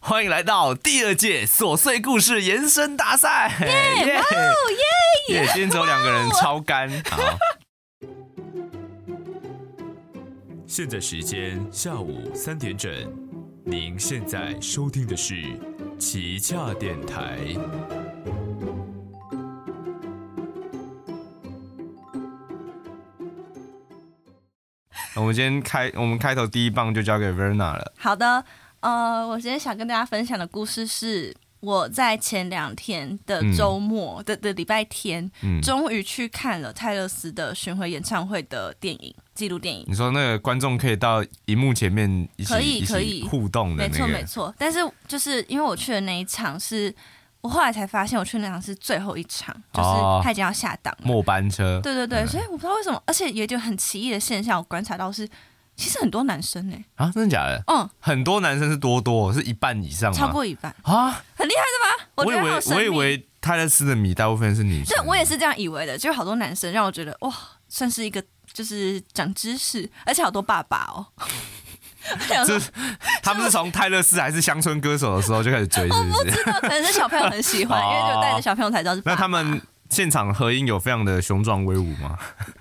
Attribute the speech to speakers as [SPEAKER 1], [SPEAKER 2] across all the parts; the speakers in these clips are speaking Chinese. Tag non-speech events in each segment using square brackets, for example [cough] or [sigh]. [SPEAKER 1] 欢迎来到第二届琐碎故事延伸大赛！耶哦耶！哦今天只有两个人，超干。好，
[SPEAKER 2] 现在时间下午三点整，您现在收听的是奇恰电台。
[SPEAKER 1] 我们今天开，我们开头第一棒就交给 Verna 了。
[SPEAKER 3] 好的，呃，我今天想跟大家分享的故事是我在前两天的周末、的的礼拜天，
[SPEAKER 1] 嗯，
[SPEAKER 3] 终于去看了泰勒斯的巡回演唱会的电影纪录电影。
[SPEAKER 1] 你说那个观众可以到荧幕前面一起
[SPEAKER 3] 可以
[SPEAKER 1] 一起
[SPEAKER 3] 可以
[SPEAKER 1] 互动的
[SPEAKER 3] 没
[SPEAKER 1] 嗯那
[SPEAKER 3] 错没
[SPEAKER 1] 个，
[SPEAKER 3] 错，但是就是因为我去的那一场是，我后来才发现我去那场是最后一场，就是
[SPEAKER 1] 哦
[SPEAKER 3] 他已经要下档了。
[SPEAKER 1] 末班车。
[SPEAKER 3] 对对对，所以我不知道为什么，而且有一个很奇异的现象，我观察到是，其实很多男生呢、
[SPEAKER 1] 啊，真的假的？
[SPEAKER 3] 嗯，
[SPEAKER 1] 很多男生是多多，是一半以上吗？
[SPEAKER 3] 超过一半，
[SPEAKER 1] 啊！
[SPEAKER 3] 很厉害的吧？我
[SPEAKER 1] 我以
[SPEAKER 3] 觉得很
[SPEAKER 1] 为
[SPEAKER 3] 有神
[SPEAKER 1] 我以
[SPEAKER 3] 秘
[SPEAKER 1] 为泰勒斯的迷大部分是女生
[SPEAKER 3] 对，， [laughs] 我也是这样以为的，就好多男生让我觉得哇，算是一个就是长知识，而且好多爸爸
[SPEAKER 1] [laughs]
[SPEAKER 3] 哦。我想说
[SPEAKER 1] 这，他们是从泰勒斯还是乡村歌手的时候就开始追，是不是？
[SPEAKER 3] 知道可能是小朋友很喜
[SPEAKER 1] [laughs]
[SPEAKER 3] 欢，因为就带着小朋友才知道是爸爸。
[SPEAKER 1] 哦那他们现场合音有非常的雄壮威武吗？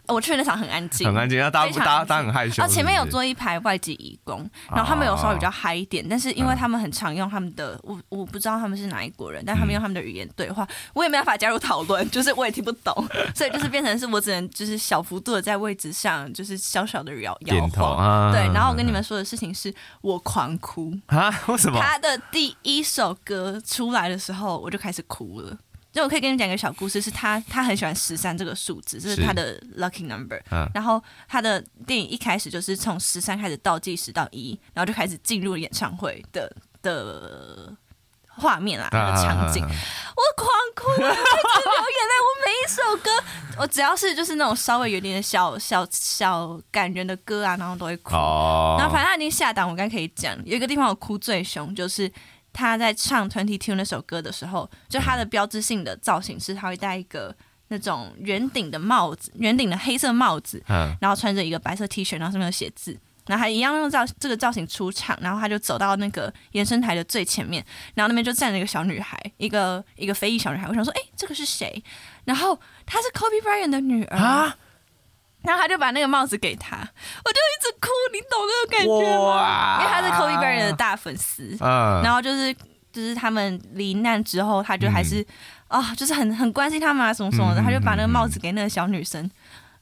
[SPEAKER 3] 哦我去的那场很安静，
[SPEAKER 1] 很安静，那大家
[SPEAKER 3] 非
[SPEAKER 1] 不
[SPEAKER 3] 常
[SPEAKER 1] 大家
[SPEAKER 3] 安静
[SPEAKER 1] 大家很害羞。
[SPEAKER 3] 啊，前面
[SPEAKER 1] 是哦
[SPEAKER 3] 有
[SPEAKER 1] 不是
[SPEAKER 3] 坐一排外籍义工，然后他们有稍微比较嗨一点，但是因为他们很常用他们的，我我不知道他们是哪一国人，
[SPEAKER 1] 嗯
[SPEAKER 3] 但他们用他们的语言对话，我也没办法加入讨论，就是我也听不懂，所以就是变成是我只能就是小幅度的在位置上就是小小的摇摇
[SPEAKER 1] 点头
[SPEAKER 3] 晃。
[SPEAKER 1] 啊，
[SPEAKER 3] 对，然后我跟你们说的事情是我狂哭，
[SPEAKER 1] 啊，为什么？
[SPEAKER 3] 他的第一首歌出来的时候，我就开始哭了。就我可以跟你讲一个小故事，是他他很喜欢十三这个数字，这是
[SPEAKER 1] 是
[SPEAKER 3] 他的 lucky number、
[SPEAKER 1] 嗯
[SPEAKER 3] 然后他的电影一开始就是从十三开始倒计时到一，然后就开始进入演唱会的的画面啦，那个场景。
[SPEAKER 1] 啊
[SPEAKER 3] 我狂哭，啊我一直流眼泪。我每一首歌，我只要是就是那种稍微有点小小小感人的歌啊，然后都会哭。
[SPEAKER 1] 哦，
[SPEAKER 3] 然后反正他已经下档，我刚才可以讲，有一个地方我哭最凶，就是他在唱《Twenty Two》那首歌的时候，就他的标志性的造型是他会戴一个那种圆顶的帽子，圆顶的黑色帽子，
[SPEAKER 1] 嗯
[SPEAKER 3] 然后穿着一个白色 T 恤，然后上面有写字。然后他一样用造这个造型出场，然后他就走到那个延伸台的最前面，然后那边就站着一个小女孩，一个一个非裔小女孩。我想说，哎，这个是谁？然后她是 Kobe Bryant 的女儿
[SPEAKER 1] 啊，
[SPEAKER 3] 然后他就把那个帽子给他，我就一直哭，你懂那种感觉吗？
[SPEAKER 1] 哇
[SPEAKER 3] 因为他是 Kobe Bryant 的大粉丝，
[SPEAKER 1] 嗯，
[SPEAKER 3] 然后就是就是他们罹难之后，他就还是啊、就是很很关心他们啊什么什么的，
[SPEAKER 1] 嗯
[SPEAKER 3] 他就把那个帽子给那个小女生，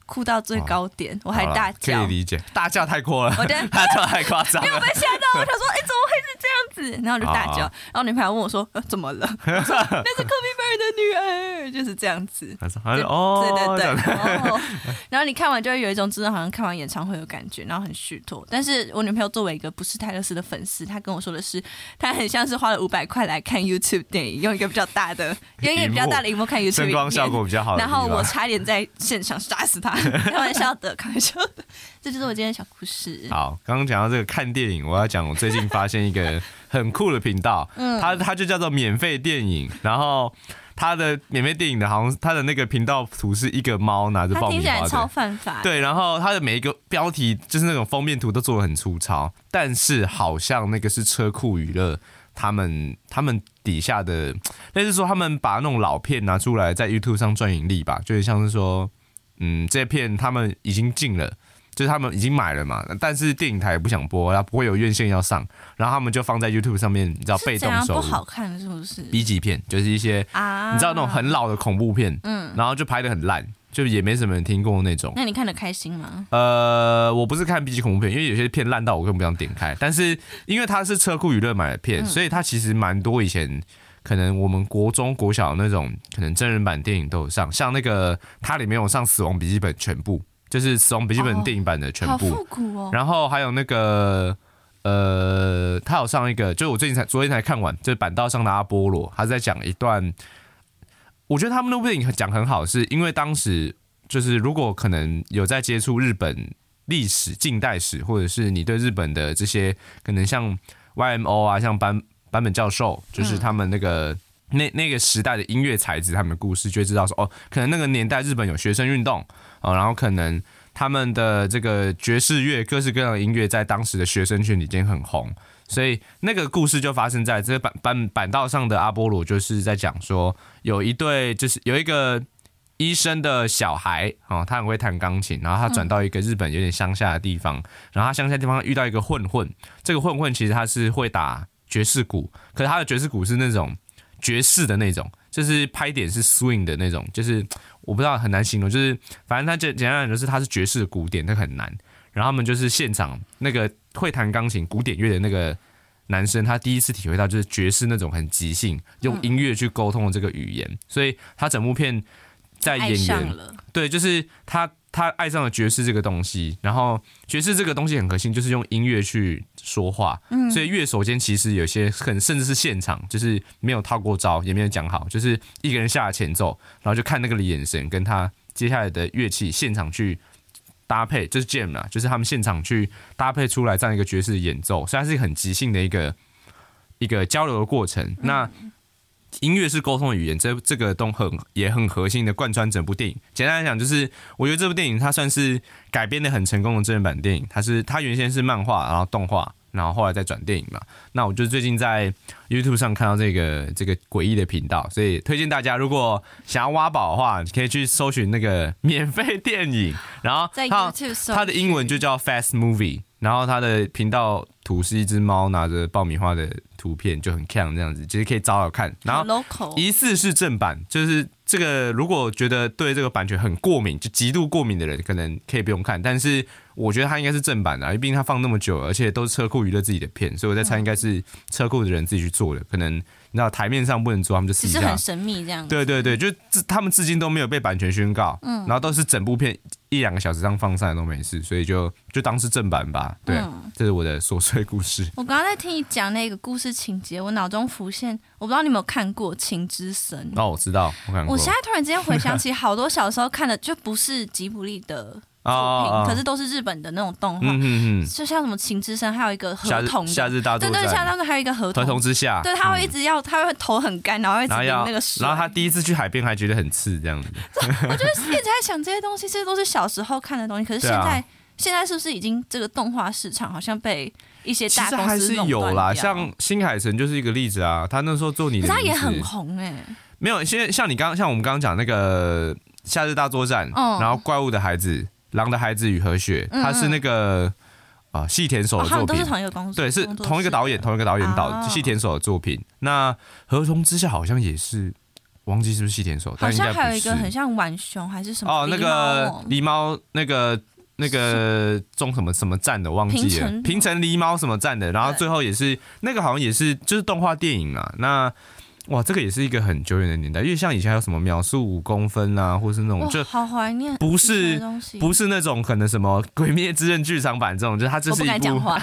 [SPEAKER 3] 哭到最高点，我还
[SPEAKER 1] 好了
[SPEAKER 3] 大叫，
[SPEAKER 1] 可以理解，大叫太过了，
[SPEAKER 3] 我觉得
[SPEAKER 1] 大叫太夸张
[SPEAKER 3] 因为我
[SPEAKER 1] 了
[SPEAKER 3] 被。吓到，我想说，哎、怎么会是这样子？然后我就大
[SPEAKER 1] 啊
[SPEAKER 3] 叫，然后女朋友问我说，呃、怎么了？我说 [laughs] 那是 Kobe Bryant 的女儿，就是这样子。
[SPEAKER 1] 他说他说哦，
[SPEAKER 3] 对
[SPEAKER 1] 这
[SPEAKER 3] 对
[SPEAKER 1] 样
[SPEAKER 3] 对。哦， [laughs] 然后你看完就会有一种真的好像看完演唱会的感觉，然后很虚脱。但是我女朋友作为一个不是泰勒斯的粉丝，她跟我说的是，她很像是花了五百块来看 YouTube 电影，用一个比较
[SPEAKER 1] [laughs]
[SPEAKER 3] 大的，用一个比较大的荧幕看 YouTube
[SPEAKER 1] 声光效果比较好
[SPEAKER 3] 影
[SPEAKER 1] 的
[SPEAKER 3] 片。
[SPEAKER 1] 地
[SPEAKER 3] 然
[SPEAKER 1] 方。
[SPEAKER 3] 后我差点在现场杀
[SPEAKER 1] [laughs]
[SPEAKER 3] 死她，开玩笑的，开玩笑的。这就是我今天的小故事。
[SPEAKER 1] 好，刚刚讲到这个看电影，我要讲我最近发现一个很酷的频
[SPEAKER 3] [laughs]
[SPEAKER 1] 道，
[SPEAKER 3] 嗯
[SPEAKER 1] 它它就叫做免费电影，然后它的免费电影的好像它的那个频道图是一个猫拿着
[SPEAKER 3] 她
[SPEAKER 1] 爆米
[SPEAKER 3] 听起来
[SPEAKER 1] 花
[SPEAKER 3] 超
[SPEAKER 1] 的。
[SPEAKER 3] 犯法，，
[SPEAKER 1] 对，然后它的每一个标题就是那种封面图都做的很粗糙，但是好像那个是车库娱乐他们他们底下的，类似说他们把那种老片拿出来在 YouTube 上赚盈利吧，就是像是说，嗯，这些片他们已经进了。就是他们已经买了嘛，但是电影台也不想播，然后不会有院线要上，然后他们就放在 YouTube 上面，你知道被
[SPEAKER 3] 是怎
[SPEAKER 1] 动
[SPEAKER 3] 样
[SPEAKER 1] 收入
[SPEAKER 3] 不好看是不是？
[SPEAKER 1] B 级片，就是一些
[SPEAKER 3] 啊，
[SPEAKER 1] 你知道那种很老的恐怖片，嗯，然后就拍的很烂，就也没什么人听过那种。
[SPEAKER 3] 那你看得开心吗？
[SPEAKER 1] 呃，我不是看 B 级恐怖片，因为有些片烂到我根本不想点开。但是因为它是车库娱乐买的片，所以它其实蛮多以前可能我们国中、国小那种可能真人版电影都有上，像那个它里面有上《死亡笔记本》全部，就是《死亡笔记本
[SPEAKER 3] 哦》
[SPEAKER 1] 电影版的全
[SPEAKER 3] 好
[SPEAKER 1] 部，
[SPEAKER 3] 复古哦。
[SPEAKER 1] 然后还有那个。呃，他有上一个，就是我最近才昨天才看完，就是板道上的阿波罗，他在讲一段，我觉得他们那部电影讲很好，是因为当时就是如果可能有在接触日本历史、近代史，或者是你对日本的这些可能像 YMO 啊，像版版本教授，就是他们那个、那那个时代的音乐才子，他们的故事就会知道说，哦，可能那个年代日本有学生运动啊、哦然后可能他们的这个爵士乐各式各样的音乐在当时的学生群里间很红，所以那个故事就发生在这板板板道上的阿波罗，就是在讲说有一对就是有一个医生的小孩哦，他很会弹钢琴，然后他转到一个日本有点乡下的地方，然后他乡下地方遇到一个混混，这个混混其实他是会打爵士鼓，可是他的爵士鼓是那种爵士的那种，就是拍点是 swing 的那种，就是我不知道很难形容，就是反正他简简单来讲就是他是爵士的鼓点，那个很难。然后他们就是现场那个会弹钢琴古典乐的那个男生，他第一次体会到就是爵士那种很即兴，用音乐去沟通的这个语言，所以他整部片在
[SPEAKER 3] 爱
[SPEAKER 1] 演
[SPEAKER 3] 上
[SPEAKER 1] 员
[SPEAKER 3] 了，
[SPEAKER 1] 对，就是他他爱上了爵士这个东西，然后爵士这个东西很核心，就是用音乐去说话，所以乐手间其实有些很甚至是现场就是没有套过招，也没有讲好，就是一个人下了前奏，然后就看那个眼神跟他接下来的乐器现场去。搭配就是 jam 啊，就是他们现场去搭配出来这样一个爵士演奏，所以它是一个很即兴的一个一个交流的过程。
[SPEAKER 3] 嗯
[SPEAKER 1] 那音乐是沟通的语言，这这个东很也很核心的贯穿整部电影。简单来讲，就是我觉得这部电影它算是改编的很成功的真人版电影。它是它原先是漫画，然后动画，然后后来再转电影嘛。那我就最近在 YouTube 上看到这个这个诡异的频道，所以推荐大家如果想要挖宝的话，你可以去搜寻那个免费电影，然后
[SPEAKER 3] 在
[SPEAKER 1] 它
[SPEAKER 3] YouTube 搜
[SPEAKER 1] 它的英文就叫 Fast Movie，然后它的频道图是一只猫拿着爆米花的图片，就很 can 这样子，其实可以找找看。然
[SPEAKER 3] 好
[SPEAKER 1] 后
[SPEAKER 3] local，哦
[SPEAKER 1] 疑似是正版，就是这个如果觉得对这个版权很过敏，就极度过敏的人，可能可以不用看。但是我觉得它应该是正版的啊，因为毕竟它放那么久，而且都是车库娱乐自己的片，所以我在猜应该是车库的人自己去做的，可能你知道台面上不能做，他们就私
[SPEAKER 3] 只是
[SPEAKER 1] 下。
[SPEAKER 3] 很神秘这样。
[SPEAKER 1] 对对对，就自他们至今都没有被版权宣告，嗯，然后都是整部片一两个小时这样放上来都没事，所以就就当是正版吧。对，
[SPEAKER 3] 嗯
[SPEAKER 1] 这是我的琐碎故
[SPEAKER 3] [laughs]
[SPEAKER 1] 事。
[SPEAKER 3] 我刚刚在听你讲那个故事情节，我脑中浮现，我不知道你有没有看过《情之神》。
[SPEAKER 1] 哦，我知道，我看过。
[SPEAKER 3] 我现在突然之间回想起，好多小时候看的就不是吉卜力的作品，
[SPEAKER 1] [laughs] 哦哦哦
[SPEAKER 3] 可是都是日本的那种动画，
[SPEAKER 1] 嗯嗯
[SPEAKER 3] 就像什么《情之声》，还有一个合
[SPEAKER 1] 夏日
[SPEAKER 3] 同的，
[SPEAKER 1] 夏日大作
[SPEAKER 3] 对
[SPEAKER 1] 战，
[SPEAKER 3] 对，像当时还有一个合
[SPEAKER 1] 合
[SPEAKER 3] 同
[SPEAKER 1] 同之下，
[SPEAKER 3] 对，他会一
[SPEAKER 1] 嗯
[SPEAKER 3] 直要，他会头很干，然后一直
[SPEAKER 1] 然后
[SPEAKER 3] 淋
[SPEAKER 1] 要，
[SPEAKER 3] 那个水。
[SPEAKER 1] 然后他第一次去海边还觉得很刺，这样子。
[SPEAKER 3] 我就是一直在想这些东西，这些都是小时候看的东西，可是现
[SPEAKER 1] 对啊
[SPEAKER 3] 在、现在是不是已经这个动画市场好像被一些
[SPEAKER 1] 其
[SPEAKER 3] 大
[SPEAKER 1] 实
[SPEAKER 3] 公
[SPEAKER 1] 还
[SPEAKER 3] 司
[SPEAKER 1] 是
[SPEAKER 3] 垄
[SPEAKER 1] 有
[SPEAKER 3] 断
[SPEAKER 1] 啦，
[SPEAKER 3] 掉
[SPEAKER 1] 像新海诚就是一个例子啊，他那时候做你
[SPEAKER 3] 可
[SPEAKER 1] 的
[SPEAKER 3] 是他也
[SPEAKER 1] 名字
[SPEAKER 3] 很红哎、
[SPEAKER 1] 没有，现在像你刚刚像我们刚刚讲那个《夏日大作战》
[SPEAKER 3] 嗯
[SPEAKER 1] 然后《怪物的孩子》《狼的孩子与和雪》
[SPEAKER 3] 嗯
[SPEAKER 1] 它是那个啊细田守
[SPEAKER 3] 哦，
[SPEAKER 1] 的
[SPEAKER 3] 他
[SPEAKER 1] 作
[SPEAKER 3] 们都
[SPEAKER 1] 品
[SPEAKER 3] 是，同一个公司，
[SPEAKER 1] 对，是
[SPEAKER 3] 工作
[SPEAKER 1] 同一个
[SPEAKER 3] 室
[SPEAKER 1] 导演，
[SPEAKER 3] 的
[SPEAKER 1] 同一个导演导
[SPEAKER 3] 哦
[SPEAKER 1] 细田守的作品。那《合同之下》好像也是，忘记是不是细田守，
[SPEAKER 3] 好
[SPEAKER 1] 但应该
[SPEAKER 3] 像
[SPEAKER 1] 不
[SPEAKER 3] 还有一
[SPEAKER 1] 是
[SPEAKER 3] 个很像浣熊还是什么
[SPEAKER 1] 哦，那
[SPEAKER 3] 狸猫
[SPEAKER 1] 个
[SPEAKER 3] 哦
[SPEAKER 1] 狸猫，那个那个中什么什么站的忘记了
[SPEAKER 3] 平成，
[SPEAKER 1] 平成狸猫什么站的，然后
[SPEAKER 3] 对
[SPEAKER 1] 最后也是那个好像也是就是动画电影啊，那。哇，这个也是一个很久远的年代，因为像以前还有什么秒速五公分啊，或是那种
[SPEAKER 3] 哇，
[SPEAKER 1] 就
[SPEAKER 3] 好怀念
[SPEAKER 1] 不
[SPEAKER 3] 以前
[SPEAKER 1] 是
[SPEAKER 3] 的东西，
[SPEAKER 1] 不是那种可能什么《鬼灭之刃》剧场版这种，就是它这
[SPEAKER 3] 我
[SPEAKER 1] 是
[SPEAKER 3] 不
[SPEAKER 1] 一
[SPEAKER 3] 敢讲
[SPEAKER 1] 部 [laughs]
[SPEAKER 3] 话，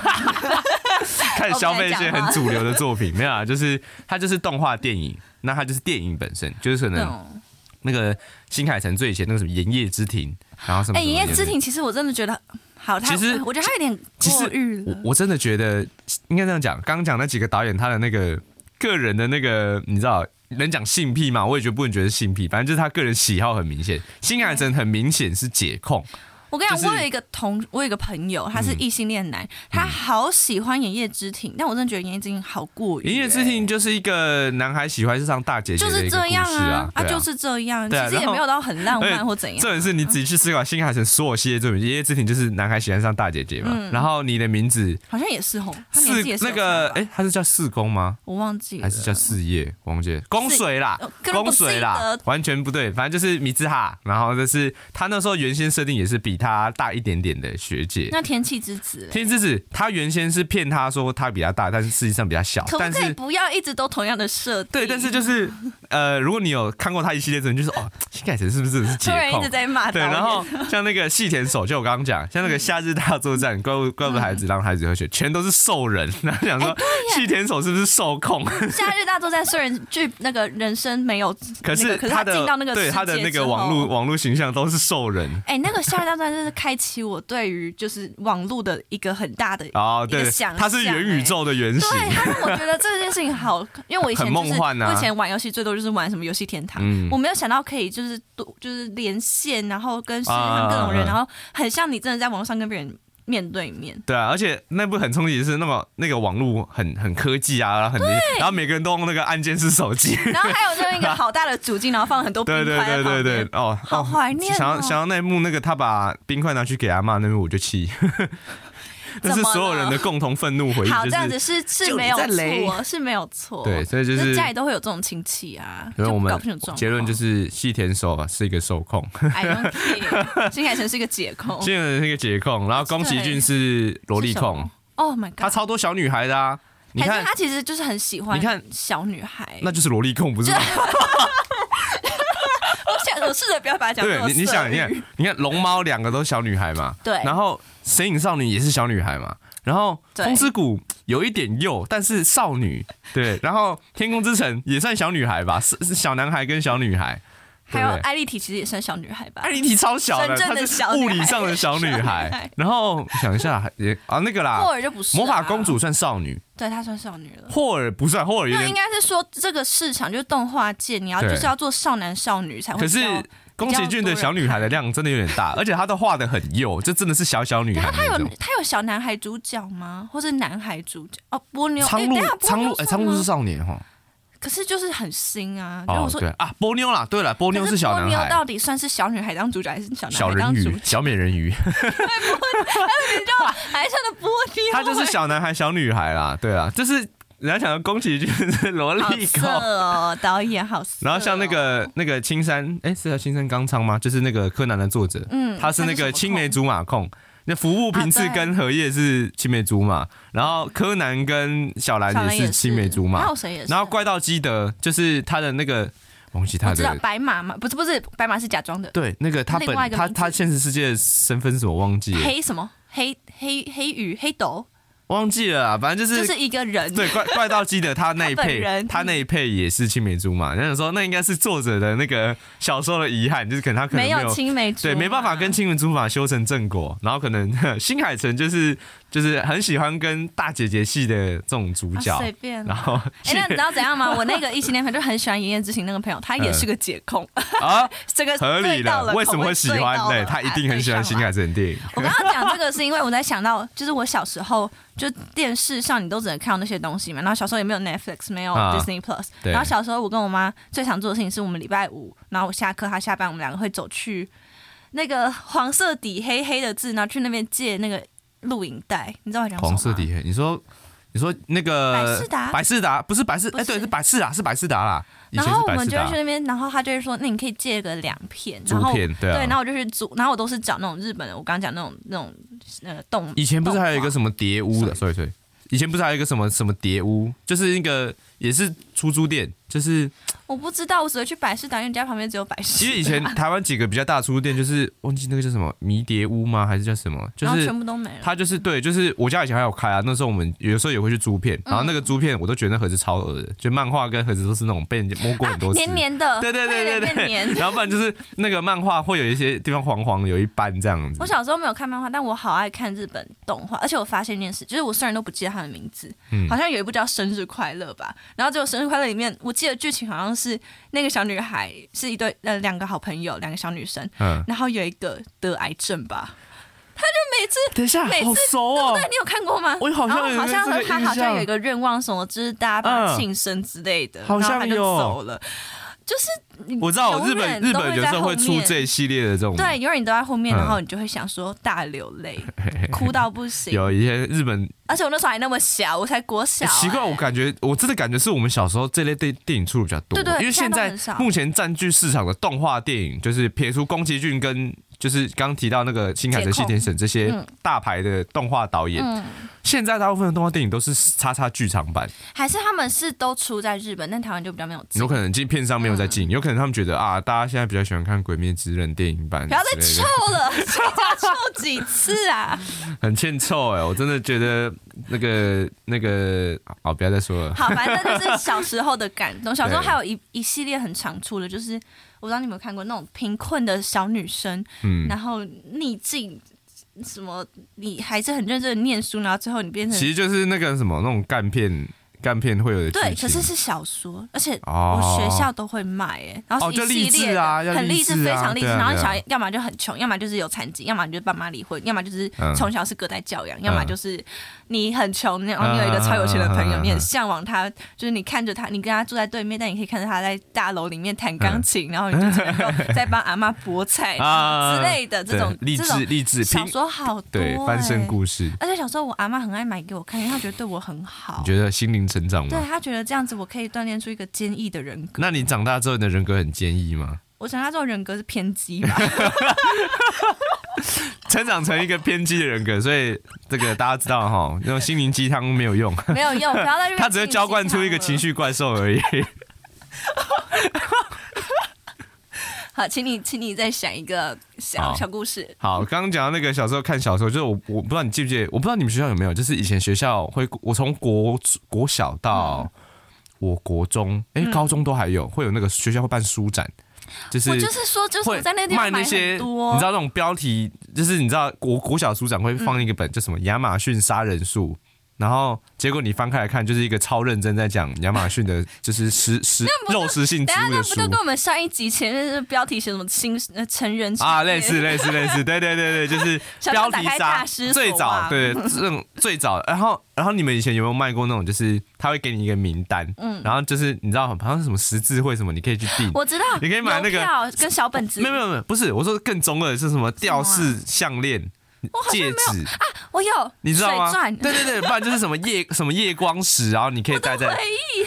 [SPEAKER 1] 开始消费一些
[SPEAKER 3] 我不敢讲
[SPEAKER 1] 很
[SPEAKER 3] 话
[SPEAKER 1] 主流的作品，没有啊，就是它就是动画电影，那它就是电影本身，就是可
[SPEAKER 3] 那
[SPEAKER 1] 能
[SPEAKER 3] 种。
[SPEAKER 1] 那个新海诚最以前那个什么《炎夜之庭》，然后什么
[SPEAKER 3] 哎，
[SPEAKER 1] 什么
[SPEAKER 3] 营业
[SPEAKER 1] 的
[SPEAKER 3] 之庭其实我真的觉得好，他
[SPEAKER 1] 其实
[SPEAKER 3] 我觉得他有点
[SPEAKER 1] 其实
[SPEAKER 3] 过誉
[SPEAKER 1] 我
[SPEAKER 3] 了。
[SPEAKER 1] 我真的觉得应该这样讲，刚刚讲那几个导演他的那个个人的那个，你知道能讲性癖吗？我也觉得不能觉得是性癖，反正就是他个人喜好很明显。新海诚很明显是解控，
[SPEAKER 3] 我跟你
[SPEAKER 1] 就
[SPEAKER 3] 讲，
[SPEAKER 1] 是嗯
[SPEAKER 3] 我有一个同，我有一个朋友，他是异性恋男，他好喜欢《营业之庭》，但我真的觉得《营业之庭》好过于
[SPEAKER 1] 《一夜之庭》就是一个男孩喜欢上大姐姐
[SPEAKER 3] 就
[SPEAKER 1] 的
[SPEAKER 3] 是
[SPEAKER 1] 一个
[SPEAKER 3] 这
[SPEAKER 1] 故事
[SPEAKER 3] 样
[SPEAKER 1] 啊，
[SPEAKER 3] 啊，
[SPEAKER 1] 对啊
[SPEAKER 3] 就是这样，啊其
[SPEAKER 1] 对啊
[SPEAKER 3] 实也
[SPEAKER 1] 然后
[SPEAKER 3] 没有到很浪漫或怎
[SPEAKER 1] 这种
[SPEAKER 3] 样。
[SPEAKER 1] 事你仔细去思考，新海诚所有系列作品，《一夜之庭》就是男孩喜欢上大姐姐嘛，然后你的名字。
[SPEAKER 3] 好像也是吼，嗯他年
[SPEAKER 1] 四
[SPEAKER 3] 纪也是
[SPEAKER 1] 那
[SPEAKER 3] 有
[SPEAKER 1] 个
[SPEAKER 3] 差吧
[SPEAKER 1] 哎、他是叫四公吗？
[SPEAKER 3] 我忘记了，
[SPEAKER 1] 还是叫四叶？我忘记了。供水啦
[SPEAKER 3] 呃，根本
[SPEAKER 1] 供
[SPEAKER 3] 不记
[SPEAKER 1] 水啦
[SPEAKER 3] 得，
[SPEAKER 1] 完全不对。反正就是米兹哈，然后就是他那时候原先设定也是比他大一点点的学姐。
[SPEAKER 3] 那天气之子嘞。
[SPEAKER 1] 天之子，他原先是骗他说他比他大，但是实际上比他小。
[SPEAKER 3] 可不
[SPEAKER 1] 但
[SPEAKER 3] 可以
[SPEAKER 1] 是
[SPEAKER 3] 不要一直都同样的设定？
[SPEAKER 1] 对，但是
[SPEAKER 3] [laughs]
[SPEAKER 1] 就是呃，如果你有看过他一系列作品，就是哦，新改成是不是真的是
[SPEAKER 3] 突
[SPEAKER 1] 解
[SPEAKER 3] 然一
[SPEAKER 1] 控
[SPEAKER 3] 直？在骂
[SPEAKER 1] 对，
[SPEAKER 3] 导演
[SPEAKER 1] 然后像那个细田守，就我刚刚讲，像那个《夏日大作
[SPEAKER 3] [laughs] 嗯
[SPEAKER 1] 战》怪物怪物的孩子，让孩子喝血，全都是兽人。然后想说
[SPEAKER 3] 哎
[SPEAKER 1] 细田守是不是受
[SPEAKER 3] [laughs]
[SPEAKER 1] 控？
[SPEAKER 3] [laughs] 夏日大作战虽然剧那个人生没有
[SPEAKER 1] 可
[SPEAKER 3] 那个，
[SPEAKER 1] 是
[SPEAKER 3] 可是
[SPEAKER 1] 他的
[SPEAKER 3] 进到那个
[SPEAKER 1] 对
[SPEAKER 3] 世
[SPEAKER 1] 他的
[SPEAKER 3] 界
[SPEAKER 1] 那
[SPEAKER 3] 之
[SPEAKER 1] 个
[SPEAKER 3] 后
[SPEAKER 1] 网络，网络形象都是兽人
[SPEAKER 3] 哎、那个夏日大作战真是开启我对于就是网络的一个很大的，
[SPEAKER 1] 哦，
[SPEAKER 3] 一
[SPEAKER 1] 对
[SPEAKER 3] 个，想
[SPEAKER 1] 他是
[SPEAKER 3] 象
[SPEAKER 1] 元宇
[SPEAKER 3] 欸
[SPEAKER 1] 宙的原型，
[SPEAKER 3] 对他让我觉得这件事情好，因为我以前
[SPEAKER 1] 很
[SPEAKER 3] 就是
[SPEAKER 1] 梦幻啊
[SPEAKER 3] 我以前玩游戏最多就是玩什么游戏天堂，
[SPEAKER 1] 嗯
[SPEAKER 3] 我没有想到可以就是多就是连线，然后跟世界上各种人，
[SPEAKER 1] 啊
[SPEAKER 3] 然后很像你真的在网络上跟别人。面对面。
[SPEAKER 1] 对啊，而且那部很冲击的是那么那个网络很很科技啊，然后很然后每个人都用那个按键式手机， [laughs]
[SPEAKER 3] 然后还有这么一个好大的主镜，然后放了很多冰
[SPEAKER 1] 对对
[SPEAKER 3] 块在
[SPEAKER 1] 对
[SPEAKER 3] 旁
[SPEAKER 1] 对对
[SPEAKER 3] 边，，
[SPEAKER 1] 哦，
[SPEAKER 3] 好
[SPEAKER 1] 哦
[SPEAKER 3] 怀念哦
[SPEAKER 1] 想要想要那一幕，那个他把冰块拿去给阿妈那幕，我就气。 [laughs] 这是
[SPEAKER 3] 怎么了
[SPEAKER 1] 所有人的共同愤怒回忆，
[SPEAKER 3] 好，
[SPEAKER 1] 就
[SPEAKER 3] 这样子
[SPEAKER 1] 是
[SPEAKER 3] 是是
[SPEAKER 1] 就
[SPEAKER 3] 没
[SPEAKER 1] 你
[SPEAKER 3] 有
[SPEAKER 1] 在雷
[SPEAKER 3] 错，是没有错。
[SPEAKER 1] 对，所以就
[SPEAKER 3] 就是家里都会有这种亲戚啊，
[SPEAKER 1] 所以
[SPEAKER 3] 就
[SPEAKER 1] 我们
[SPEAKER 3] 搞不清楚状况。
[SPEAKER 1] 结论就是细田守啊是一个受控，
[SPEAKER 3] I don't
[SPEAKER 1] [laughs]
[SPEAKER 3] care，新海诚是一个解控。
[SPEAKER 1] 新人 [laughs] 是一个解控，然后宫崎骏是萝莉控，
[SPEAKER 3] Oh my god！
[SPEAKER 1] 他超多小女孩的啊，你
[SPEAKER 3] 还
[SPEAKER 1] 看
[SPEAKER 3] 是他其实就是很喜欢
[SPEAKER 1] 你看
[SPEAKER 3] 小女孩。 [laughs]
[SPEAKER 1] 那就是萝莉控不是吗？
[SPEAKER 3] 我想我试着不要把它讲
[SPEAKER 1] 对
[SPEAKER 3] 那么
[SPEAKER 1] 你你想
[SPEAKER 3] 色
[SPEAKER 1] 你看
[SPEAKER 3] 欲
[SPEAKER 1] 你看龙猫两个都是小女孩嘛，
[SPEAKER 3] [laughs] 对
[SPEAKER 1] 然后神隐少女也是小女孩嘛，然后
[SPEAKER 3] 对
[SPEAKER 1] 风之谷有一点幼，但是少女对，然后天空之城也算小女孩吧，是是小男孩跟小女孩，
[SPEAKER 3] 还
[SPEAKER 1] 对
[SPEAKER 3] 有
[SPEAKER 1] 不对
[SPEAKER 3] 艾丽缇其实也算小女孩吧
[SPEAKER 1] 艾？丽缇超小的，
[SPEAKER 3] 真正
[SPEAKER 1] 她
[SPEAKER 3] 的
[SPEAKER 1] 是
[SPEAKER 3] 小女
[SPEAKER 1] 物
[SPEAKER 3] 孩
[SPEAKER 1] 理上的小女
[SPEAKER 3] 小女
[SPEAKER 1] 孩
[SPEAKER 3] 孩。
[SPEAKER 1] 然后想一下，也啊那个啦
[SPEAKER 3] 霍，尔就不是啊
[SPEAKER 1] 魔法公，主算少女，
[SPEAKER 3] 对她算少女了。
[SPEAKER 1] 霍尔不算，霍尔有
[SPEAKER 3] 那应
[SPEAKER 1] 点。
[SPEAKER 3] 该是说这个市场就是动画界，你要
[SPEAKER 1] 对
[SPEAKER 3] 就是要做少男少女才会
[SPEAKER 1] 可
[SPEAKER 3] 比
[SPEAKER 1] 是
[SPEAKER 3] 较。
[SPEAKER 1] 宫崎骏的小女孩的量真的有点大，而且她都画的很幼，这真的是小小女
[SPEAKER 3] 然
[SPEAKER 1] 孩
[SPEAKER 3] 后他
[SPEAKER 1] 那
[SPEAKER 3] 啊有
[SPEAKER 1] 种。
[SPEAKER 3] 他有小男孩主角吗？或是男孩主角？哦，波妞，
[SPEAKER 1] 苍
[SPEAKER 3] 哎
[SPEAKER 1] 鹭
[SPEAKER 3] 等一下，
[SPEAKER 1] 苍鹭，哎，苍鹭是，
[SPEAKER 3] 波妞吗
[SPEAKER 1] 少年哈。
[SPEAKER 3] 可是就是很新啊。如
[SPEAKER 1] 哦
[SPEAKER 3] 果，说
[SPEAKER 1] 对啊，波妞啦，对了，波妞
[SPEAKER 3] 可是
[SPEAKER 1] 小男
[SPEAKER 3] 波妞
[SPEAKER 1] 孩，
[SPEAKER 3] 到底算是小女孩当主角还是小男
[SPEAKER 1] 小
[SPEAKER 3] 孩
[SPEAKER 1] 人
[SPEAKER 3] 当主角
[SPEAKER 1] 鱼？，小美人 [laughs] 鱼，
[SPEAKER 3] 还算的波妞，
[SPEAKER 1] 她就是小男孩、小女孩啦。对啦，就是人家想到宫崎骏是萝
[SPEAKER 3] 欸好
[SPEAKER 1] 莉
[SPEAKER 3] 色
[SPEAKER 1] 控，
[SPEAKER 3] 哦，导演好色哦。
[SPEAKER 1] 然后像那个那个青山，哎，是叫青山刚昌吗？就是那个柯南的作者，
[SPEAKER 3] 嗯
[SPEAKER 1] 他是那
[SPEAKER 3] 他是什
[SPEAKER 1] 个
[SPEAKER 3] 么
[SPEAKER 1] 青梅竹马控。那服部平次
[SPEAKER 3] 啊对
[SPEAKER 1] 跟荷叶是青梅竹马，然后柯南跟小兰
[SPEAKER 3] 小兰
[SPEAKER 1] 也是青梅竹
[SPEAKER 3] 还
[SPEAKER 1] 马
[SPEAKER 3] 有，谁也是？啊
[SPEAKER 1] 然后怪盗基德就是他的那个，忘记他
[SPEAKER 3] 我知道
[SPEAKER 1] 的
[SPEAKER 3] 白马嘛，不是不是，白马是假装的，
[SPEAKER 1] 对那个他本
[SPEAKER 3] 另外一个
[SPEAKER 1] 他
[SPEAKER 3] 名字
[SPEAKER 1] 他现实世界的身份是什么忘记了，
[SPEAKER 3] 黑什么黑黑黑鱼黑斗，
[SPEAKER 1] 忘记了啊，反正就是
[SPEAKER 3] 就是一个人。
[SPEAKER 1] 对怪怪盗基德他那一
[SPEAKER 3] 他本
[SPEAKER 1] 配，
[SPEAKER 3] 人
[SPEAKER 1] 他那一配也是青梅竹马。然后想说那应该是作者的那个小时候的遗憾，就是可能他可能
[SPEAKER 3] 没有青梅竹马，
[SPEAKER 1] 对，没办法跟青梅竹马修成正果。然后可能 [laughs] 呵新海诚就是就是很喜欢跟大姐姐系的这种主角
[SPEAKER 3] 啊，随便
[SPEAKER 1] 然
[SPEAKER 3] 啦。
[SPEAKER 1] 后
[SPEAKER 3] 哎，那你知道怎样吗？我那个异性恋朋友就很喜欢《言叶之行》那个朋友，他也是个解控，
[SPEAKER 1] 啊
[SPEAKER 3] [laughs] 这个
[SPEAKER 1] 合理
[SPEAKER 3] 呃对到了
[SPEAKER 1] 为什么会喜欢？
[SPEAKER 3] 口味
[SPEAKER 1] 对，
[SPEAKER 3] 对到
[SPEAKER 1] 他
[SPEAKER 3] 了
[SPEAKER 1] 一定很喜欢新。
[SPEAKER 3] 啊
[SPEAKER 1] 海诚的电影。
[SPEAKER 3] 对上 [laughs] 了我刚刚讲这个是因为我在想到，就是我小时候就电视上你都只能看到那些东西嘛，然后小时候也没有 Netflix，没有
[SPEAKER 1] 啊
[SPEAKER 3] Disney Plus，、
[SPEAKER 1] 对
[SPEAKER 3] 然后小时候我跟我妈最常做的事情是我们礼拜五，然后我下课，她下班，我们两个会走去那个黄色底黑黑的字，然后去那边借那个录影带，你知道我在讲什么
[SPEAKER 1] 黄
[SPEAKER 3] 吗？
[SPEAKER 1] 色底黑，你说你说那个
[SPEAKER 3] 百事达
[SPEAKER 1] 百事达不是百事，
[SPEAKER 3] 不
[SPEAKER 1] 哎，
[SPEAKER 3] 是
[SPEAKER 1] 对，是百事达，是百事达啦。以
[SPEAKER 3] 然
[SPEAKER 1] 前
[SPEAKER 3] 后
[SPEAKER 1] 是
[SPEAKER 3] 我
[SPEAKER 1] 百
[SPEAKER 3] 们
[SPEAKER 1] 事
[SPEAKER 3] 就会
[SPEAKER 1] 达
[SPEAKER 3] 去。那边，然后他就会说，那你可以借个两片，
[SPEAKER 1] 竹
[SPEAKER 3] 然后
[SPEAKER 1] 片对啊
[SPEAKER 3] 然后我就去租，然后我都是找那种日本的，我刚刚讲那种那种呃动，
[SPEAKER 1] 以前不是还有一个
[SPEAKER 3] 动画
[SPEAKER 1] 什么蝶屋的，所以所以以前不是还有一个什么什么蝶屋，就是那个也是出租店，就是
[SPEAKER 3] 我不知道，我只会去百事达，因为你家旁边只有百事达，
[SPEAKER 1] 其实以前台湾几个比较大的出租店，就是忘记那个叫什么迷蝶屋吗？还是叫什么？就
[SPEAKER 3] 然后
[SPEAKER 1] 是
[SPEAKER 3] 全部都没了。
[SPEAKER 1] 它就是对，就是我家以前还有开啊，那时候我们有时候也会去租片，
[SPEAKER 3] 嗯
[SPEAKER 1] 然后那个租片我都觉得那盒子超恶的，就漫画跟盒子都是那种被人家摸过很
[SPEAKER 3] [laughs]
[SPEAKER 1] 多次。
[SPEAKER 3] 啊黏黏的，
[SPEAKER 1] 对对对对
[SPEAKER 3] [laughs] 会有点
[SPEAKER 1] 对， [laughs]
[SPEAKER 3] 黏。
[SPEAKER 1] 然后不然就是那个漫画会有一些地方黄黄，有一斑这样子
[SPEAKER 3] 我。小时候没有看漫画，但我好爱看日本动画，而且我发现一件事，就是我虽然都不记得它的名字，
[SPEAKER 1] 嗯
[SPEAKER 3] 好像有一部叫《生日快乐》吧，然后结果《生日快乐》里面，我记得剧情好像是那个小女孩是一对呃两个好朋友，两个小女生，
[SPEAKER 1] 嗯，
[SPEAKER 3] 然后有一个得癌症吧，他就每次
[SPEAKER 1] 等一下，
[SPEAKER 3] 每次
[SPEAKER 1] 好熟哦
[SPEAKER 3] 对，你有看过吗？
[SPEAKER 1] 我好像
[SPEAKER 3] 然后
[SPEAKER 1] 有
[SPEAKER 3] 好
[SPEAKER 1] 这
[SPEAKER 3] 像
[SPEAKER 1] 个
[SPEAKER 3] 他好
[SPEAKER 1] 印象嗯
[SPEAKER 3] 像有一个愿望什么，就是大家帮他庆生之类的，
[SPEAKER 1] 好像
[SPEAKER 3] 然后他就
[SPEAKER 1] 有
[SPEAKER 3] 走了。就是你
[SPEAKER 1] 我知道，日
[SPEAKER 3] 永远
[SPEAKER 1] 本日
[SPEAKER 3] 都
[SPEAKER 1] 本
[SPEAKER 3] 会
[SPEAKER 1] 有
[SPEAKER 3] 在
[SPEAKER 1] 时候会
[SPEAKER 3] 后
[SPEAKER 1] 出
[SPEAKER 3] 面
[SPEAKER 1] 这一系列的这种，
[SPEAKER 3] 对，永远你都在后面，
[SPEAKER 1] 嗯
[SPEAKER 3] 然后你就会想说大流
[SPEAKER 1] [laughs]
[SPEAKER 3] 泪，哭到不行。
[SPEAKER 1] 有一些日本、
[SPEAKER 3] 而且我那时候还那么小，我才国小、哎
[SPEAKER 1] 欸奇怪，我感觉我真的感觉是我们小时候这类电电影出的比较多，
[SPEAKER 3] 对对
[SPEAKER 1] 因为现
[SPEAKER 3] 现在都
[SPEAKER 1] 在
[SPEAKER 3] 很少
[SPEAKER 1] 目前占据市场的动画电影，就是撇除宫崎骏跟就是刚提到那个新海诚、细
[SPEAKER 3] 解控
[SPEAKER 1] 田省这些
[SPEAKER 3] 嗯
[SPEAKER 1] 大牌的动画导演，
[SPEAKER 3] 嗯
[SPEAKER 1] 现在大部分的动画电影都是叉叉剧场版，
[SPEAKER 3] 还是他们是都出在日本，但台湾就比较没有进。
[SPEAKER 1] 有可能进片商没有在进，
[SPEAKER 3] 嗯
[SPEAKER 1] 有可能他们觉得啊，大家现在比较喜欢看《鬼灭之刃》电影版
[SPEAKER 3] 不要再
[SPEAKER 1] 之类
[SPEAKER 3] 臭
[SPEAKER 1] 的，
[SPEAKER 3] 了， [laughs] 谁家臭几次啊？
[SPEAKER 1] 很欠臭哎、我真的觉得那个那个，好，不要再说了。
[SPEAKER 3] 好，反正这就是小时候的感
[SPEAKER 1] [laughs]
[SPEAKER 3] 动。小时候
[SPEAKER 1] 对
[SPEAKER 3] 还有一一系列很常出的，就是我不知道你有没有看过那种贫困的小女生，
[SPEAKER 1] 嗯
[SPEAKER 3] 然后逆境，什么你还是很认真的念书，然后最后你变成
[SPEAKER 1] 其实就是那个什么那种干片干片会有的剧
[SPEAKER 3] 对，
[SPEAKER 1] 情
[SPEAKER 3] 可是是小说，而且
[SPEAKER 1] 哦
[SPEAKER 3] 我学校都会卖哎，然后
[SPEAKER 1] 哦
[SPEAKER 3] 是
[SPEAKER 1] 就
[SPEAKER 3] 一
[SPEAKER 1] 励
[SPEAKER 3] 系列
[SPEAKER 1] 志
[SPEAKER 3] 的，
[SPEAKER 1] 啊要
[SPEAKER 3] 很
[SPEAKER 1] 励
[SPEAKER 3] 励志，
[SPEAKER 1] 志
[SPEAKER 3] 非
[SPEAKER 1] 啊
[SPEAKER 3] 常励志。
[SPEAKER 1] 对啊
[SPEAKER 3] 然后
[SPEAKER 1] 对啊
[SPEAKER 3] 小孩要么就很穷，要么就是有残疾，要么就是爸妈离婚，要么就是
[SPEAKER 1] 嗯
[SPEAKER 3] 从小是隔代教养，要么
[SPEAKER 1] 嗯
[SPEAKER 3] 就是你很穷，然后你有一个超有钱的朋友，
[SPEAKER 1] 嗯嗯嗯嗯嗯
[SPEAKER 3] 你很向往他，就是你看着他，你跟他住在对面，但你可以看着他在大楼里面弹钢琴，然后你就只能够在帮阿妈剥菜
[SPEAKER 1] 嗯 [laughs] 啊
[SPEAKER 3] 之类的这
[SPEAKER 1] 对
[SPEAKER 3] 种
[SPEAKER 1] 励
[SPEAKER 3] 这
[SPEAKER 1] 志
[SPEAKER 3] 种
[SPEAKER 1] 励志
[SPEAKER 3] 小
[SPEAKER 1] 拼
[SPEAKER 3] 说好多
[SPEAKER 1] 对翻身
[SPEAKER 3] 哎
[SPEAKER 1] 故事，
[SPEAKER 3] 而且小时候我阿妈很爱买给我看，因为她觉得对我很好
[SPEAKER 1] 你。觉得心灵成长
[SPEAKER 3] 哦对
[SPEAKER 1] 吗？
[SPEAKER 3] 她觉得这样子我可以锻炼出一个坚毅的人格。
[SPEAKER 1] 那你长大之后，你的人格很坚毅吗？
[SPEAKER 3] 我想她这种人格是偏激吧？
[SPEAKER 1] 成长成一个偏激的人格，所以这个大家知道哈，那种心灵鸡汤没有用，
[SPEAKER 3] [laughs] 没有用，不要再去。
[SPEAKER 1] 它只是浇灌出一个情。绪怪兽而已。
[SPEAKER 3] 好，请你，请你再想一个小
[SPEAKER 1] 好
[SPEAKER 3] 小故事。
[SPEAKER 1] 好，刚刚讲到那个小时候看小说，就是我我不知道你记不记得，我不知道你们学校有没有，就是以前学校会，我从国国小
[SPEAKER 3] 嗯
[SPEAKER 1] 到我国中，哎、高中都还有，会有那个学校会办书展，就是
[SPEAKER 3] 我就是说，就是
[SPEAKER 1] 会
[SPEAKER 3] 我在那地
[SPEAKER 1] 卖
[SPEAKER 3] 方
[SPEAKER 1] 那
[SPEAKER 3] 买
[SPEAKER 1] 些，
[SPEAKER 3] 很多，
[SPEAKER 1] 你知道那种标题，就是你知道国国小书展会放一个本，叫什么《亚马逊杀人术》，然后结果你翻开来看，就是一个超认真在讲亚马逊的，就是食食肉食性植
[SPEAKER 3] 等一下
[SPEAKER 1] 物的
[SPEAKER 3] [laughs] 那不
[SPEAKER 1] 书
[SPEAKER 3] 就跟我们上一集前面是标题写什么新呃成人世界
[SPEAKER 1] [laughs] 啊，类似
[SPEAKER 3] [laughs]
[SPEAKER 1] 类似类似，对对对对，就是
[SPEAKER 3] 想
[SPEAKER 1] 标
[SPEAKER 3] 说打
[SPEAKER 1] 题
[SPEAKER 3] 开
[SPEAKER 1] 杀
[SPEAKER 3] 大师啊
[SPEAKER 1] 最
[SPEAKER 3] 所
[SPEAKER 1] 早
[SPEAKER 3] 望
[SPEAKER 1] 对这种最早，然后然后你们以前有没有卖过那种，就是他会给你一个名单，嗯，然后就是你知道好像是什么十字会什么，你可以去订。
[SPEAKER 3] 我知道，
[SPEAKER 1] 你可以买那个
[SPEAKER 3] 邮票跟小本子。
[SPEAKER 1] 没有没有没有，不是，我说更中二的是什么吊
[SPEAKER 3] 什么啊
[SPEAKER 1] 饰、项链、
[SPEAKER 3] 好像
[SPEAKER 1] 戒指，
[SPEAKER 3] 我有，
[SPEAKER 1] 你知道吗
[SPEAKER 3] 水？钻
[SPEAKER 1] 对对对，不然就是什么夜什么夜光石，然后你可以戴在，
[SPEAKER 3] 回
[SPEAKER 1] [laughs]
[SPEAKER 3] 忆，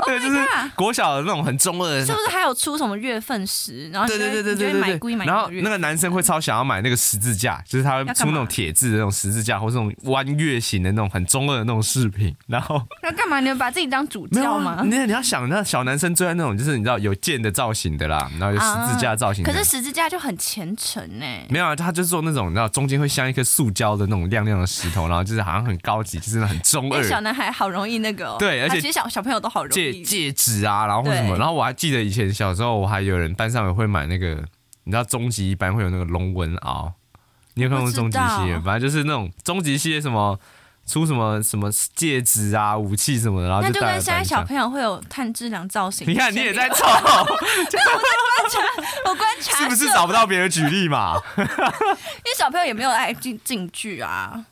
[SPEAKER 3] Oh
[SPEAKER 1] 对，就是
[SPEAKER 3] god
[SPEAKER 1] 国小的那种很中二
[SPEAKER 3] 是
[SPEAKER 1] 的
[SPEAKER 3] 不。是还有出什么月份时？然后
[SPEAKER 1] 对
[SPEAKER 3] 你就
[SPEAKER 1] 对
[SPEAKER 3] 会
[SPEAKER 1] 对对
[SPEAKER 3] 你就会
[SPEAKER 1] 对
[SPEAKER 3] 买
[SPEAKER 1] 对
[SPEAKER 3] 故意
[SPEAKER 1] 对，
[SPEAKER 3] 买
[SPEAKER 1] 然后
[SPEAKER 3] 个月
[SPEAKER 1] 那个男生会超想要买那个十字架，就是他会
[SPEAKER 3] 要干
[SPEAKER 1] 出那种
[SPEAKER 3] 嘛
[SPEAKER 1] 铁质的那种十字架，或是那种弯月形的那种很中二的那种饰品。然后
[SPEAKER 3] 那干嘛？你们把自己当主
[SPEAKER 1] 没有
[SPEAKER 3] 教
[SPEAKER 1] 啊
[SPEAKER 3] 吗？
[SPEAKER 1] 你你要想，那小男生最爱那种就是你知道有剑的造型的啦，然后有十字架造型的。
[SPEAKER 3] 可是十字架就很虔诚呢、
[SPEAKER 1] 没有啊，他就是做那种你知道中间会像一颗塑胶的那种亮亮的石头，然后就是好像很高级，就是很 [laughs] 中
[SPEAKER 3] 因
[SPEAKER 1] 二
[SPEAKER 3] 为。小男孩好容易那个、哦，
[SPEAKER 1] 对而且
[SPEAKER 3] 啊其实小小朋友都好容
[SPEAKER 1] 戒
[SPEAKER 3] 易，
[SPEAKER 1] 戒指啊，然后或什么，
[SPEAKER 3] 对
[SPEAKER 1] 然后我还记得以前小时候，我还有人班上也会买那个，你知道终极一班会有那个龙纹袄，你有看过
[SPEAKER 3] 我知
[SPEAKER 1] 终极系列？
[SPEAKER 3] 道
[SPEAKER 1] 反正就是那种终极系列什么出什么什么戒指啊、武器什么的，然后
[SPEAKER 3] 那就
[SPEAKER 1] 就带
[SPEAKER 3] 跟
[SPEAKER 1] 来
[SPEAKER 3] 现在
[SPEAKER 1] 班
[SPEAKER 3] 小
[SPEAKER 1] 上。
[SPEAKER 3] 朋友会有炭治郎造型。
[SPEAKER 1] [laughs] 你看你也在
[SPEAKER 3] 观 [laughs]
[SPEAKER 1] 凑，
[SPEAKER 3] 察，我观察
[SPEAKER 1] 是不是
[SPEAKER 3] 社
[SPEAKER 1] 找不到别人举例嘛？
[SPEAKER 3] 因为小朋友也没有爱进进剧啊，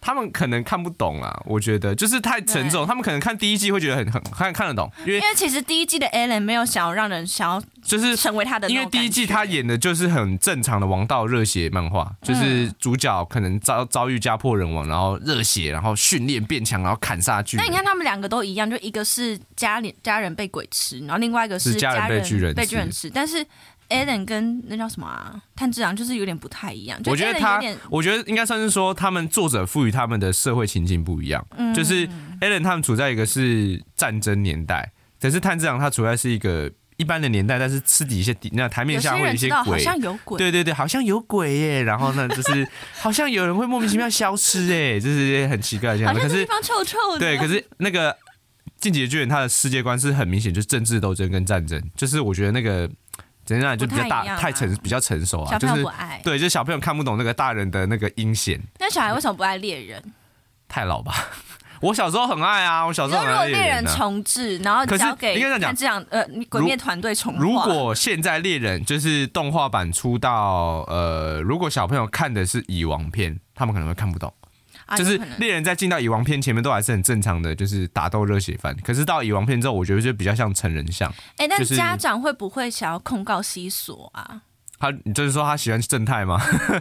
[SPEAKER 1] 他们可能看不懂啊，我觉得就是太沉重，他们可能看第一季会觉得很很看看得懂，因为
[SPEAKER 3] 因为其实第一季的 Alan 没有想要让人想要
[SPEAKER 1] 就是
[SPEAKER 3] 成为他的那
[SPEAKER 1] 因
[SPEAKER 3] 种
[SPEAKER 1] 为
[SPEAKER 3] 感觉，
[SPEAKER 1] 第一季他演的就是很正常的王道热血漫画，就是
[SPEAKER 3] 嗯
[SPEAKER 1] 主角可能遭遭遇家破人亡，然后热血，然后训练变强，然后砍杀巨
[SPEAKER 3] 那
[SPEAKER 1] 人。
[SPEAKER 3] 你看他们两个都一样，就一个是家里家人被鬼吃，然后另外一个
[SPEAKER 1] 是家
[SPEAKER 3] 家
[SPEAKER 1] 人被巨人吃
[SPEAKER 3] 被巨人吃。但是 Alan 跟那叫什么啊，炭治郎就是有点不太一样。就
[SPEAKER 1] 我觉得
[SPEAKER 3] Alan 有
[SPEAKER 1] 他
[SPEAKER 3] 点，
[SPEAKER 1] 我觉得应该算是说，他们作者赋予他们的社会情境不一样。
[SPEAKER 3] 嗯
[SPEAKER 1] 就是 Alan 他们处在一个是战争年代，可是炭治郎他处在是一个一般的年代，但是私底下底那台面
[SPEAKER 3] 有些
[SPEAKER 1] 下会
[SPEAKER 3] 人
[SPEAKER 1] 一些
[SPEAKER 3] 知道好
[SPEAKER 1] 鬼。
[SPEAKER 3] 像有鬼，
[SPEAKER 1] 对对对，好像有鬼耶！然后呢，就是 [laughs] 好像有人会莫名其妙消失哎，这是很奇怪的现
[SPEAKER 3] 好
[SPEAKER 1] 象。
[SPEAKER 3] 像
[SPEAKER 1] 可
[SPEAKER 3] 这
[SPEAKER 1] 是
[SPEAKER 3] 地方臭臭 [laughs] 的。
[SPEAKER 1] 对，可是那个《进击的巨人》他的世界观是很明显，就是政治斗争跟战争，就是我觉得那个怎样讲就比较大，
[SPEAKER 3] 不太一样啊
[SPEAKER 1] 太成比较成熟啊，
[SPEAKER 3] 小
[SPEAKER 1] 就
[SPEAKER 3] 朋友
[SPEAKER 1] 是
[SPEAKER 3] 不爱。
[SPEAKER 1] 对，就是小朋友看不懂那个大人的那个阴险，
[SPEAKER 3] 那小孩为什么不爱猎人？
[SPEAKER 1] 太老吧。 [laughs] 我小时候很爱啊，我小
[SPEAKER 3] 你
[SPEAKER 1] 时候
[SPEAKER 3] 说
[SPEAKER 1] 很
[SPEAKER 3] 如果
[SPEAKER 1] 爱
[SPEAKER 3] 猎人
[SPEAKER 1] 人啊。
[SPEAKER 3] 重置，然后
[SPEAKER 1] 可是
[SPEAKER 3] 交给
[SPEAKER 1] 应该这样讲
[SPEAKER 3] 炭治郎呃你鬼灭团队重画
[SPEAKER 1] 如果现在猎人就是动画版出到呃，如果小朋友看的是蚁王片，他们可能会看不懂。
[SPEAKER 3] 啊
[SPEAKER 1] 就是
[SPEAKER 3] 有可能
[SPEAKER 1] 猎人在进到蚁王片前面都还是很正常的，就是打斗热血番。可是到蚁王片之后，我觉得就比较像成人像。
[SPEAKER 3] 哎，但
[SPEAKER 1] 就是
[SPEAKER 3] 家长会不会想要控告西索
[SPEAKER 1] [laughs]
[SPEAKER 3] 啊？
[SPEAKER 1] 他，你就是说他喜欢正太
[SPEAKER 3] [laughs]
[SPEAKER 1] 吗？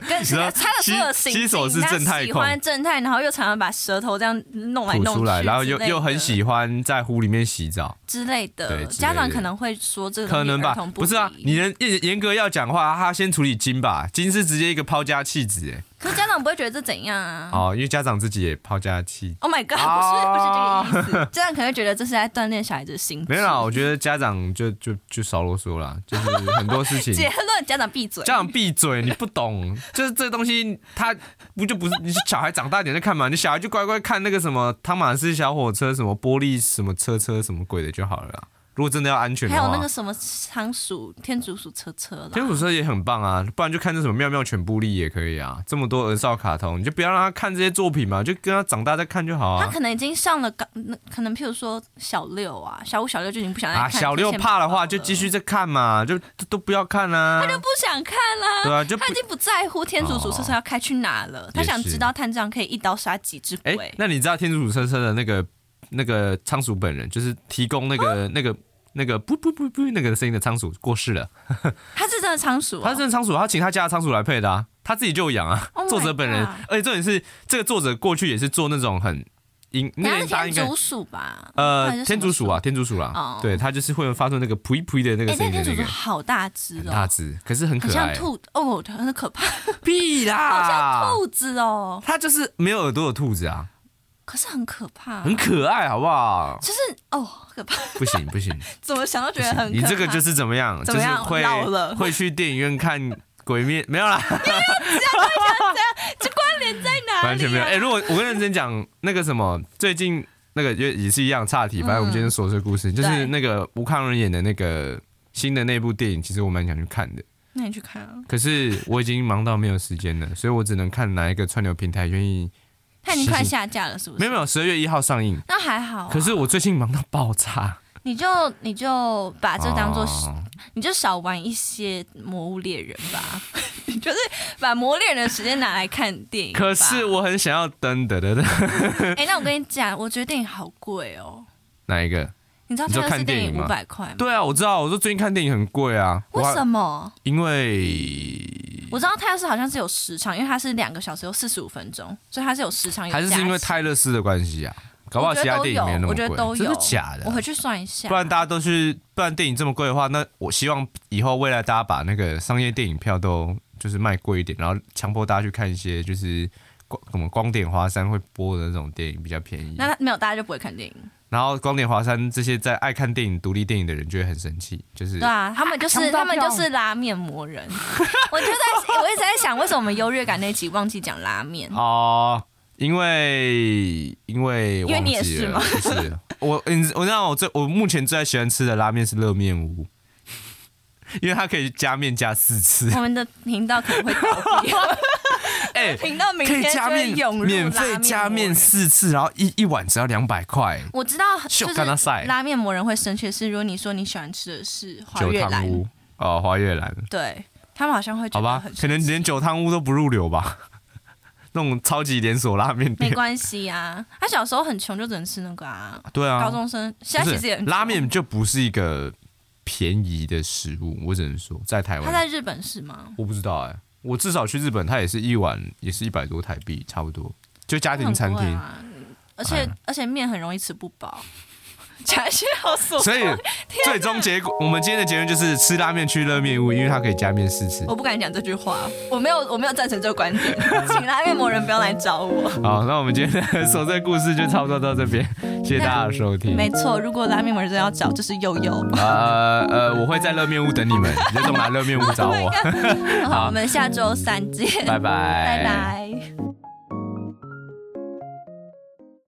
[SPEAKER 3] 跟是
[SPEAKER 1] 知道
[SPEAKER 3] 他的所有
[SPEAKER 1] 啊西
[SPEAKER 3] 行
[SPEAKER 1] 西索
[SPEAKER 3] 径，
[SPEAKER 1] 是正
[SPEAKER 3] 他
[SPEAKER 1] 太
[SPEAKER 3] 喜
[SPEAKER 1] 控
[SPEAKER 3] 欢正太，然后又常常把舌头这样弄来
[SPEAKER 1] 吐
[SPEAKER 3] 弄
[SPEAKER 1] 出
[SPEAKER 3] 去之
[SPEAKER 1] 来，
[SPEAKER 3] 类的，
[SPEAKER 1] 然后又又很喜欢在湖里面洗澡，
[SPEAKER 3] 之类
[SPEAKER 1] 对
[SPEAKER 3] 的。
[SPEAKER 1] 之
[SPEAKER 3] 家
[SPEAKER 1] 类
[SPEAKER 3] 长
[SPEAKER 1] 的
[SPEAKER 3] 可能会说这个
[SPEAKER 1] 可能吧
[SPEAKER 3] 东西儿童？不
[SPEAKER 1] 不是啊，
[SPEAKER 3] 宜
[SPEAKER 1] 你人严严格要讲话，他先处理金吧，金是直接一个抛家弃子哎，
[SPEAKER 3] 可是家长不会觉得这怎样啊
[SPEAKER 1] 哦，因为家长自己也抛家弃。
[SPEAKER 3] ？Oh my god，
[SPEAKER 1] 啊
[SPEAKER 3] 不是不是这个意思，家长可能会觉得这是在锻炼小孩子的心智。
[SPEAKER 1] 没有啦，我觉得家长就就就少啰嗦啦，就是很多事
[SPEAKER 3] [laughs]
[SPEAKER 1] 情，
[SPEAKER 3] 结论家长闭嘴。
[SPEAKER 1] 家长闭嘴，你不懂，就是这东西，他不就不是你小孩长大一点再看嘛，你小孩就乖乖看那个什么汤马斯小火车、什么玻璃、什么车车、什么鬼的就好了啦。如果真的要安全的
[SPEAKER 3] 还
[SPEAKER 1] 话，
[SPEAKER 3] 有那个什么仓鼠、天竺鼠车车啦，
[SPEAKER 1] 啊天主车也很棒啊，不然就看这什么妙妙犬布利也可以啊。这么多儿少卡通，你就不要让他看这些作品嘛，就跟他长大再看就好
[SPEAKER 3] 他
[SPEAKER 1] 啊。
[SPEAKER 3] 可能已经上了高，那可能譬如说小六啊，小五、小六就已经不想再看
[SPEAKER 1] 啊，
[SPEAKER 3] 天线
[SPEAKER 1] 小六怕的
[SPEAKER 3] 宝宝
[SPEAKER 1] 话
[SPEAKER 3] 了
[SPEAKER 1] 就继续再看嘛，就都都不要看啊。
[SPEAKER 3] 他就不想看啦、
[SPEAKER 1] 对啊，就不哦
[SPEAKER 3] 他已经不在乎天竺鼠车车要开去哪了，他想知道探长可以一刀杀几只
[SPEAKER 1] 哎、
[SPEAKER 3] 鬼。
[SPEAKER 1] 那你知道天主车车的那个那个仓鼠本人，就是提供那
[SPEAKER 3] 啊
[SPEAKER 1] 个、那个那个不不不不那个声音的仓鼠过世了，
[SPEAKER 3] 他是真的仓鼠、哦，
[SPEAKER 1] 他是真的仓鼠，他请他家的仓鼠来配的啊，他自己就有养啊。
[SPEAKER 3] Oh my
[SPEAKER 1] 作者本人
[SPEAKER 3] God，
[SPEAKER 1] 而且重点是这个作者过去也是做那种很应那
[SPEAKER 3] 那
[SPEAKER 1] 个
[SPEAKER 3] 是
[SPEAKER 1] 大家
[SPEAKER 3] 天
[SPEAKER 1] 应该
[SPEAKER 3] 竺鼠吧？不然
[SPEAKER 1] 呃，
[SPEAKER 3] 是
[SPEAKER 1] 天竺鼠啊，
[SPEAKER 3] 什么
[SPEAKER 1] 天竺鼠啦、
[SPEAKER 3] 哦
[SPEAKER 1] 对，它就是会发出那个噗噗的那个
[SPEAKER 3] 鼠。
[SPEAKER 1] 声
[SPEAKER 3] 哎、那
[SPEAKER 1] 音的
[SPEAKER 3] 天竺
[SPEAKER 1] 那
[SPEAKER 3] 鼠
[SPEAKER 1] 个，
[SPEAKER 3] 好大只
[SPEAKER 1] 很大
[SPEAKER 3] 哦，
[SPEAKER 1] 只，可是很
[SPEAKER 3] 很
[SPEAKER 1] 可
[SPEAKER 3] 像
[SPEAKER 1] 爱。啊
[SPEAKER 3] 兔哦，很可怕，
[SPEAKER 1] 屁
[SPEAKER 3] 好像
[SPEAKER 1] 啦！
[SPEAKER 3] 兔子哦，
[SPEAKER 1] 它就是没有耳朵的兔子啊，
[SPEAKER 3] 可是很可怕，？
[SPEAKER 1] 很可爱，好不好
[SPEAKER 3] 啊就是哦，可怕，
[SPEAKER 1] 不
[SPEAKER 3] [laughs]
[SPEAKER 1] 行不行
[SPEAKER 3] 怎么想都觉
[SPEAKER 1] 不
[SPEAKER 3] 得
[SPEAKER 1] 行
[SPEAKER 3] 很可怕。
[SPEAKER 1] 你这个就是怎么样，
[SPEAKER 3] 怎么样
[SPEAKER 1] 就是会
[SPEAKER 3] 老了
[SPEAKER 1] 会去电影院看。鬼灭没有啦，
[SPEAKER 3] 这关联在哪里、啊？
[SPEAKER 1] 完全没有。哎、如果我跟认真讲，那个什么，最近那个也也是一样岔题，反正我们今天琐碎故事，就是
[SPEAKER 3] 嗯
[SPEAKER 1] 那
[SPEAKER 3] 对
[SPEAKER 1] 个吴康仁演的那个新的那部电影，其实我蛮想去看的。
[SPEAKER 3] 那你去看啊，
[SPEAKER 1] 可是我已经忙到没有时间了，所以我只能看哪一个串流平台愿意。
[SPEAKER 3] 他已经快下架了，是不是？
[SPEAKER 1] 没有没有，十二月一号上映。
[SPEAKER 3] 那还好啊、
[SPEAKER 1] 可是我最近忙到爆炸，
[SPEAKER 3] 你就你就把啊这当做、
[SPEAKER 1] 哦
[SPEAKER 3] 你就少玩一些《魔物猎人》吧， [laughs] 你就是把《魔物猎人》的时间拿来看电影吧。
[SPEAKER 1] 可是我很想要登的的的
[SPEAKER 3] 哎、那我跟你讲，我觉得电影好贵哦。
[SPEAKER 1] 哪一个？
[SPEAKER 3] 你知道
[SPEAKER 1] 你说
[SPEAKER 3] 泰勒斯
[SPEAKER 1] 看电
[SPEAKER 3] 电
[SPEAKER 1] 影
[SPEAKER 3] 影
[SPEAKER 1] 吗
[SPEAKER 3] 五百块吗？
[SPEAKER 1] 对啊，我知道，我说最近看电影很贵啊。
[SPEAKER 3] 为什
[SPEAKER 1] 么？
[SPEAKER 3] 么？
[SPEAKER 1] 因为
[SPEAKER 3] 我知道泰勒斯好像是有时长，因为它是两个小时有四十五分钟，所以它是有时长有
[SPEAKER 1] 还是是因为
[SPEAKER 3] 加起
[SPEAKER 1] 泰勒斯的关系啊，搞不好
[SPEAKER 3] 我觉
[SPEAKER 1] 其
[SPEAKER 3] 得
[SPEAKER 1] 他
[SPEAKER 3] 都
[SPEAKER 1] 电影
[SPEAKER 3] 有
[SPEAKER 1] 没那，么
[SPEAKER 3] 我觉得
[SPEAKER 1] 贵，
[SPEAKER 3] 都有
[SPEAKER 1] 真的假的
[SPEAKER 3] 我
[SPEAKER 1] 啊
[SPEAKER 3] 回？去算一下，
[SPEAKER 1] 不然大家都去，不然电影这么贵的话，那我希望以后未来大家把那个商业电影票都就是卖贵一点，然后强迫大家去看一些就是光什么光点华山会播的那种电影比较便宜。
[SPEAKER 3] 那没有大家就不会看电影。
[SPEAKER 1] 然后光点华山这些在爱看电影、独立电影的人就会很生气，就是
[SPEAKER 3] 对啊，他们就是、
[SPEAKER 1] 抢不到
[SPEAKER 3] 他们
[SPEAKER 1] 票
[SPEAKER 3] 就是拉面魔人。 [laughs] 我就在我一直在想，为什么我们优越感那集忘记讲拉面？
[SPEAKER 1] 哦、因为因为因
[SPEAKER 3] 因为你也是吗
[SPEAKER 1] 不是我，你我让我最我目前最喜欢吃的拉面是热面屋， [laughs] 因为它可以加面加四
[SPEAKER 3] [laughs]
[SPEAKER 1] 次，
[SPEAKER 3] 我们的频道可能会
[SPEAKER 1] [laughs]
[SPEAKER 3] 倒闭，
[SPEAKER 1] 哎、
[SPEAKER 3] 频道明
[SPEAKER 1] 可以
[SPEAKER 3] 天就
[SPEAKER 1] 加
[SPEAKER 3] 会
[SPEAKER 1] 面
[SPEAKER 3] 涌入
[SPEAKER 1] 免
[SPEAKER 3] 拉
[SPEAKER 1] 费加
[SPEAKER 3] 魔
[SPEAKER 1] 面
[SPEAKER 3] 人
[SPEAKER 1] 四次，然后一一碗只要两百块。
[SPEAKER 3] 我知道，就
[SPEAKER 1] 秀干他
[SPEAKER 3] 是
[SPEAKER 1] 赛
[SPEAKER 3] 拉面魔人会生气的是，如果你说你喜欢吃的是花
[SPEAKER 1] 九
[SPEAKER 3] 月
[SPEAKER 1] 汤
[SPEAKER 3] 兰，
[SPEAKER 1] 屋哦，花月兰，
[SPEAKER 3] 对他们好像会觉
[SPEAKER 1] 好
[SPEAKER 3] 得
[SPEAKER 1] 吧
[SPEAKER 3] 很，生气
[SPEAKER 1] 可能连九汤屋都不入流吧， [laughs] 那种超级连锁拉面
[SPEAKER 3] 没
[SPEAKER 1] 店。
[SPEAKER 3] 关系啊。他小时候很穷，就只能吃那个啊。
[SPEAKER 1] 对啊，
[SPEAKER 3] 高中生现
[SPEAKER 1] 不
[SPEAKER 3] 在
[SPEAKER 1] 是
[SPEAKER 3] 其实也很穷
[SPEAKER 1] 拉，面就不是一个便宜的食物，我只能说在台
[SPEAKER 3] 他
[SPEAKER 1] 湾，
[SPEAKER 3] 在日本是吗？
[SPEAKER 1] 我不知道哎、我至少去日本，它也是一碗也是一百多台币，差不多，就家庭餐
[SPEAKER 3] 很贵
[SPEAKER 1] 厅。哎
[SPEAKER 3] 啊，而且而且面很容易吃不饱， [laughs] 讲一些好琐。 [laughs]
[SPEAKER 1] 所以最终结果，我们今天的结论就是吃拉面去热面屋，因为它可以加面试吃。
[SPEAKER 3] 我不敢讲这句话，我没有我没有赞成这个观
[SPEAKER 1] [laughs]
[SPEAKER 3] 点，请拉面魔人不要来找我。
[SPEAKER 1] 好，那我们今天的琐碎故事就差不多到这 [laughs] 边，谢谢大家的收听。
[SPEAKER 3] 没错，如果拉面魔人真的要找，就是悠悠。
[SPEAKER 1] 呃呃，我会在热面屋等你们，你就从 [laughs] 来热面屋找
[SPEAKER 3] Oh
[SPEAKER 1] 我
[SPEAKER 3] [laughs] my，god 好，我们下周三见，
[SPEAKER 1] 拜拜，
[SPEAKER 3] 拜拜。